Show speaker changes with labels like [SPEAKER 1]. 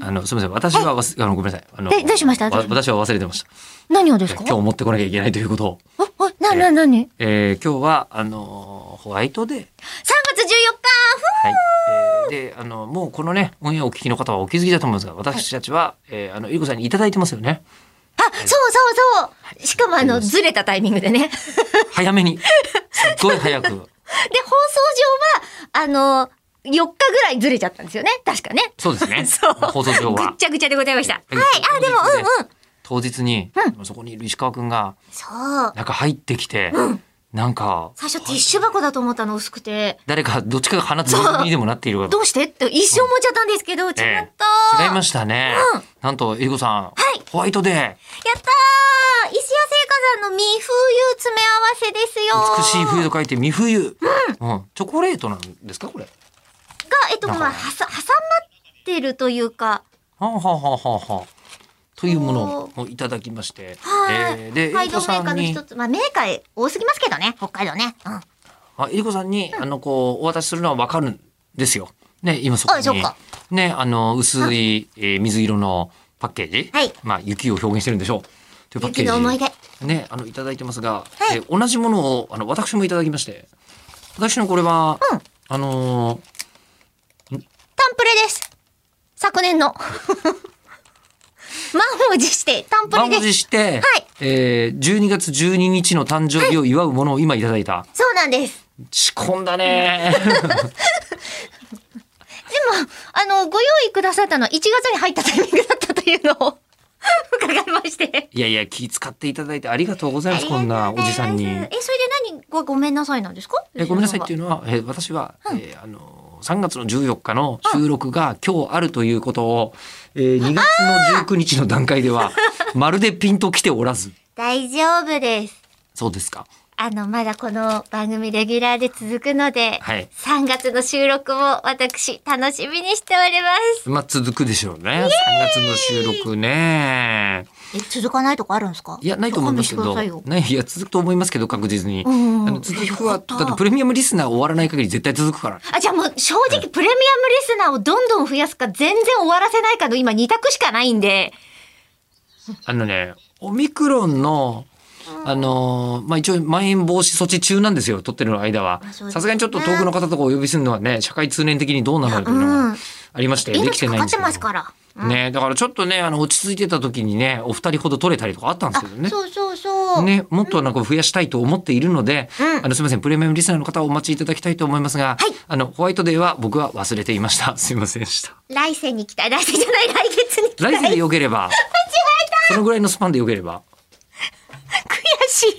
[SPEAKER 1] あのすみません私はわすあのごめんなさいあの
[SPEAKER 2] えどうしました
[SPEAKER 1] わ私は忘れてました
[SPEAKER 2] 何をですか
[SPEAKER 1] 今日持ってこなきゃいけないということを、
[SPEAKER 2] ああな、な、なに
[SPEAKER 1] えー今日はあのホワイトデー
[SPEAKER 2] ?3 月14
[SPEAKER 1] はい、えーであのもうこのねオンエアをお聞きの方はお気づきだと思うんですが私たちは、えーあのゆりこさんにいただいてますよね
[SPEAKER 2] 日あ、そうそうそうしかもあの、ずれたタイミング でね。で、放送
[SPEAKER 1] 早めにすっごい早く
[SPEAKER 2] 上は、あの、4日ぐらいずれちゃったんですよね。確かね。
[SPEAKER 1] そうですね
[SPEAKER 2] そう。
[SPEAKER 1] 放送上
[SPEAKER 2] ぐっ
[SPEAKER 1] は
[SPEAKER 2] ちゃぐちゃでございました。は。
[SPEAKER 1] はいい
[SPEAKER 2] あ、でも、
[SPEAKER 1] そうですね
[SPEAKER 2] うんうん。
[SPEAKER 1] 当日に、そこにいる石川くんが
[SPEAKER 2] そう。
[SPEAKER 1] なんか入ってきて、なんか
[SPEAKER 2] 最初ティッシュ箱だと思ったの薄くて、
[SPEAKER 1] 誰かどっちかが放つ水にでもなっているかと
[SPEAKER 2] どうしてって一生思っちゃったんですけど、違った。
[SPEAKER 1] ええ違いましたね、なんとえりこさん、
[SPEAKER 2] い
[SPEAKER 1] ホワイトデ
[SPEAKER 2] やったー石谷製菓さんの未風油詰め合わせですよ
[SPEAKER 1] ー
[SPEAKER 2] ー
[SPEAKER 1] 美しい冬と書いて未冬、うんチョコレートなんですかこれ
[SPEAKER 2] が、えっと、
[SPEAKER 1] なんか
[SPEAKER 2] まあ、はさ、挟まってるというか、
[SPEAKER 1] はあ、はあはあはあはあ、というものをいただきまして、
[SPEAKER 2] はい、
[SPEAKER 1] えーで、
[SPEAKER 2] は
[SPEAKER 1] え
[SPEAKER 2] い、
[SPEAKER 1] り
[SPEAKER 2] 同
[SPEAKER 1] こ
[SPEAKER 2] メーカ
[SPEAKER 1] さ
[SPEAKER 2] ー
[SPEAKER 1] ん
[SPEAKER 2] の
[SPEAKER 1] に
[SPEAKER 2] 一、つ、まあ、メーカー多すぎますけどね、北海道ね。うん。あ、
[SPEAKER 1] あ、えりこさんに、あの、こう、お渡しするのはわかるんですよ。ね、今そこ
[SPEAKER 2] あそっ
[SPEAKER 1] に
[SPEAKER 2] か、
[SPEAKER 1] ね、あの、薄い、えー水色のパッケージ、
[SPEAKER 2] はい
[SPEAKER 1] まあ、雪を表現してるんでしょう。というパッケージ。
[SPEAKER 2] 雪の思い出
[SPEAKER 1] ね、あの、いただいてますが、
[SPEAKER 2] はい
[SPEAKER 1] えー同じものを、あの、私もいただきまして、私のこれは、
[SPEAKER 2] うん
[SPEAKER 1] あのー
[SPEAKER 2] タンプレです。昨年の。 満を持して、タンプ
[SPEAKER 1] 満
[SPEAKER 2] レ
[SPEAKER 1] を
[SPEAKER 2] です。
[SPEAKER 1] 持して、
[SPEAKER 2] はい
[SPEAKER 1] えー、12月12日の誕生日を祝うものを今いただいた。
[SPEAKER 2] そうなんです。
[SPEAKER 1] 仕込んだ ね。
[SPEAKER 2] あの、ご用意くださったのは1月に入ったタイミングだったというのを 伺いまして。
[SPEAKER 1] いやいや、気使っていただいてありがとうございます、こ
[SPEAKER 2] あり
[SPEAKER 1] ん
[SPEAKER 2] が
[SPEAKER 1] な
[SPEAKER 2] と
[SPEAKER 1] お
[SPEAKER 2] うござい
[SPEAKER 1] じ
[SPEAKER 2] ます
[SPEAKER 1] さんに。
[SPEAKER 2] え、それで何がごめんなさいなんですか。
[SPEAKER 1] えごめんなさいっていううのは、え私は、えーあの、3月の14日の収録が今日あるということを、えー2月の19日の段階で は、まるでピンと来ておらず。
[SPEAKER 2] 大丈夫です。
[SPEAKER 1] そうですか。
[SPEAKER 2] あの、まだこの番組レギュラーで続くので、
[SPEAKER 1] はい
[SPEAKER 2] 3月の収録も私、楽しみにしております。
[SPEAKER 1] まあ、続くでしょうね。3月の収録ね。
[SPEAKER 2] え、続かないとこあるんですか
[SPEAKER 1] いや、ないと思いますけ
[SPEAKER 2] ちょ
[SPEAKER 1] ど
[SPEAKER 2] っと勘弁してくださいよ。
[SPEAKER 1] ない、いや、続くと思いますけど、確実に。
[SPEAKER 2] うんうん
[SPEAKER 1] あの続く
[SPEAKER 2] よ
[SPEAKER 1] は、
[SPEAKER 2] か
[SPEAKER 1] だ
[SPEAKER 2] った
[SPEAKER 1] ってプレミアムリスナー終わらない限り絶対続くから。
[SPEAKER 2] あ、じゃあもう正直プレミアムリスナーをどんどん増やすか、全然終わらせないかの今2択しかないんで、
[SPEAKER 1] あのね、オミクロンの、あのーまあ、一応、まん延防止措置中なんですよ、取ってる間は
[SPEAKER 2] あそう。ですね
[SPEAKER 1] さすがにちょっと遠くの方とかお呼びするのはね、社会通念的にどうなのよというの
[SPEAKER 2] うん
[SPEAKER 1] がありまして、でき
[SPEAKER 2] 命
[SPEAKER 1] て
[SPEAKER 2] か
[SPEAKER 1] ない
[SPEAKER 2] か
[SPEAKER 1] んで
[SPEAKER 2] って
[SPEAKER 1] すけど。
[SPEAKER 2] ますから。うん
[SPEAKER 1] ね、だからちょっとね、あの、落ち着いてた時にね、お二人ほど取れたりとかあったんです
[SPEAKER 2] あ
[SPEAKER 1] けどね。
[SPEAKER 2] そうそうそう。
[SPEAKER 1] ね、もっとなんか増やしたいと思っているので、
[SPEAKER 2] うん
[SPEAKER 1] あの、すみません、プレミアムリスナーの方はお待ちいただきたいと思いますが、
[SPEAKER 2] はい
[SPEAKER 1] あの、ホワイトデーは僕は忘れていました。すみませんでした。
[SPEAKER 2] 来世に来たい。来世じゃない、来月に来たい。
[SPEAKER 1] 来世で
[SPEAKER 2] 悔
[SPEAKER 1] 良ければ、そのぐらいのスパンで良ければ。
[SPEAKER 2] しい。